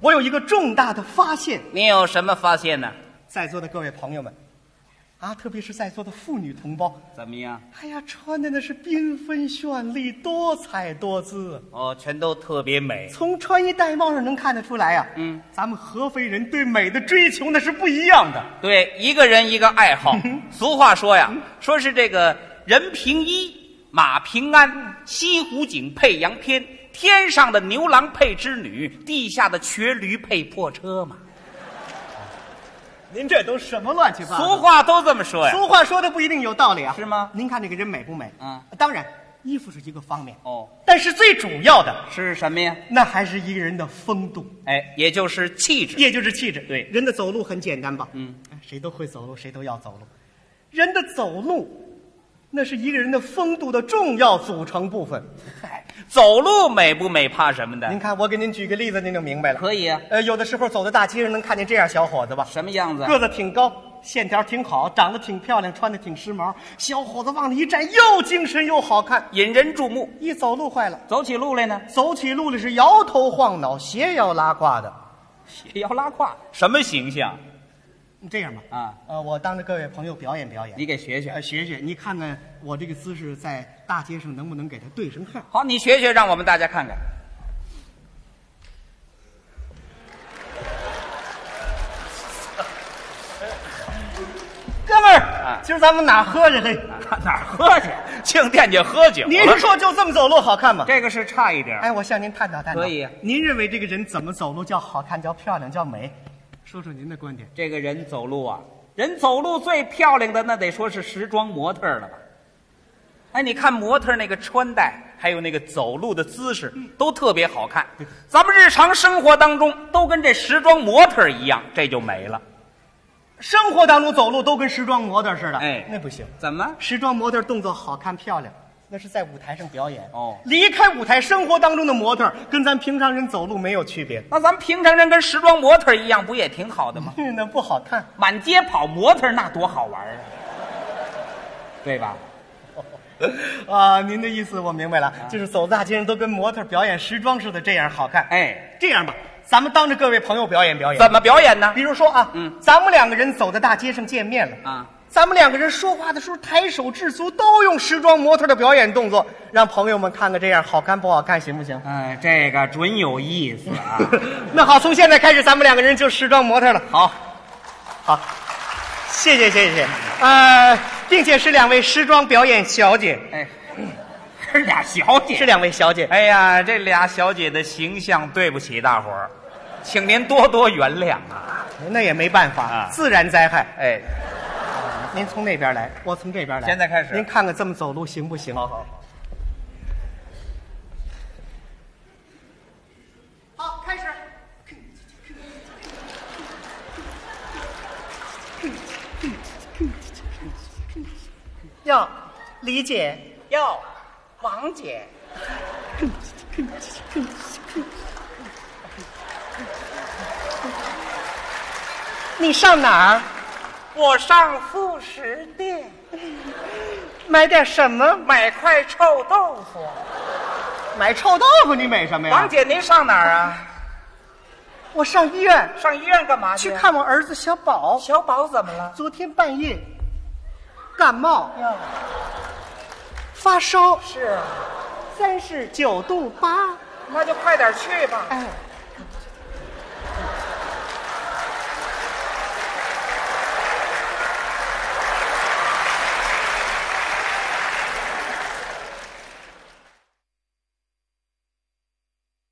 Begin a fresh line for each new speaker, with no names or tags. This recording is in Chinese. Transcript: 我有一个重大的发现，
你有什么发现呢？
在座的各位朋友们，啊，特别是在座的妇女同胞，
怎么样？
哎呀，穿的那是缤纷绚丽、多彩多姿。
哦，全都特别美。
从穿衣戴帽上能看得出来呀、
嗯，
咱们合肥人对美的追求那是不一样的。
对，一个人一个爱 好。俗话说呀，说是这个人平一，马平安，西湖景配洋片，天上的牛郎配织女，地下的瘸驴配破车嘛。
您这都什么乱七八
俗
糟？
话都这么说呀。
俗话说的不一定有道理啊，
是吗
您看这个人美不美？
嗯，
当然，衣服是一个方面，
哦，
但是最主要的，
是什么呀？
那还是一个人的风度，
哎，也就是气质。
也就是气质。
对
人的走路很简单吧？哎
嗯，
谁都会走路，谁都要走路。人的走路，那是一个人的风度的重要组成部分。
走路美不美，怕什么
您
的？
看，我给您举个例子，您就明白了。
哎可以啊。
呃，有的时候走在大街上能看见这样小伙子吧，
什么样子？啊
个子挺高，线条挺好，长得挺漂亮，穿的挺时髦。小伙子往那一站，又精神又好看。
引人注目。
一走路坏了，
走起路来呢，
走起路来是摇头晃脑，斜摇拉胯的。
也要拉胯，什么形象
这样吧，
啊？
呃，我当着各位朋友表演表演，
你给学
呃
学。
学学，你看看我这个姿势在大街上能不能给他对上号？
好，你学学，让我们大家看看。
哥们儿，
啊
今儿咱们哪儿喝去？嘿，
哪儿喝去？净惦记喝酒了
您说就这么走路好看吗？
这个是差一点儿。
哎，我向您探讨探讨。
可以
您认为这个人怎么走路叫好看、叫漂亮、叫美？说说您的观点。
这个人走路啊，人走路最漂亮的那得说是时装模特儿了吧？哎，你看模特儿那个穿戴，还有那个走路的姿势，都特别好看。咱们日常生活当中都跟这时装模特儿一样，这就没了。
生活当中走路都跟时装模特似的，
哎
那不行。
怎么？
时装模特动作好看漂亮，那是在舞台上表演。
哦
离开舞台，生活当中的模特跟咱平常人走路没有区别，
那咱们平常人跟时装模特儿一样，不也挺好的吗？
那不好看。
满街跑模特儿那多好玩儿啊，对吧？
啊，您的意思我明白了，
啊
就是走大街上都跟模特表演时装似的，这样好看。，
哎，
这样吧，咱们当着各位朋友表演表演。
怎么表演呢
比？如说啊，
嗯
咱们两个人走在大街上见面了
啊，
咱们两个人说话的时候抬手置足都用时装模特的表演动作，让朋友们看看这样好看不好看，行不 行？
哎，这个准有意思 啊！
那好，从现在开始，咱们两个人就时装模特了。
好，
好，谢谢谢谢，呃，并且是两位时装表演小姐，
哎，是俩小姐。
是两位小姐。
哎呀，这俩小姐的形象，对不起大伙儿，请您多多原谅啊！
那也没办法，
啊
自然灾害。
哎，
您从那边来，我从这边来。
现在开始
您看看这么走路行不行？好好。好，开始。哟，李姐，
哟，王姐，
你上哪儿
我上副食店
买点什么？
买块臭豆腐。
买臭豆腐，你买什么呀？
王，姐，您上哪儿啊？
我上医院
上医院干嘛去？
去看我儿子小宝，
小宝怎么了？
昨天半夜感冒
哟，
发烧
是啊。啊
三十九度八。
那就快点去吧。
哎，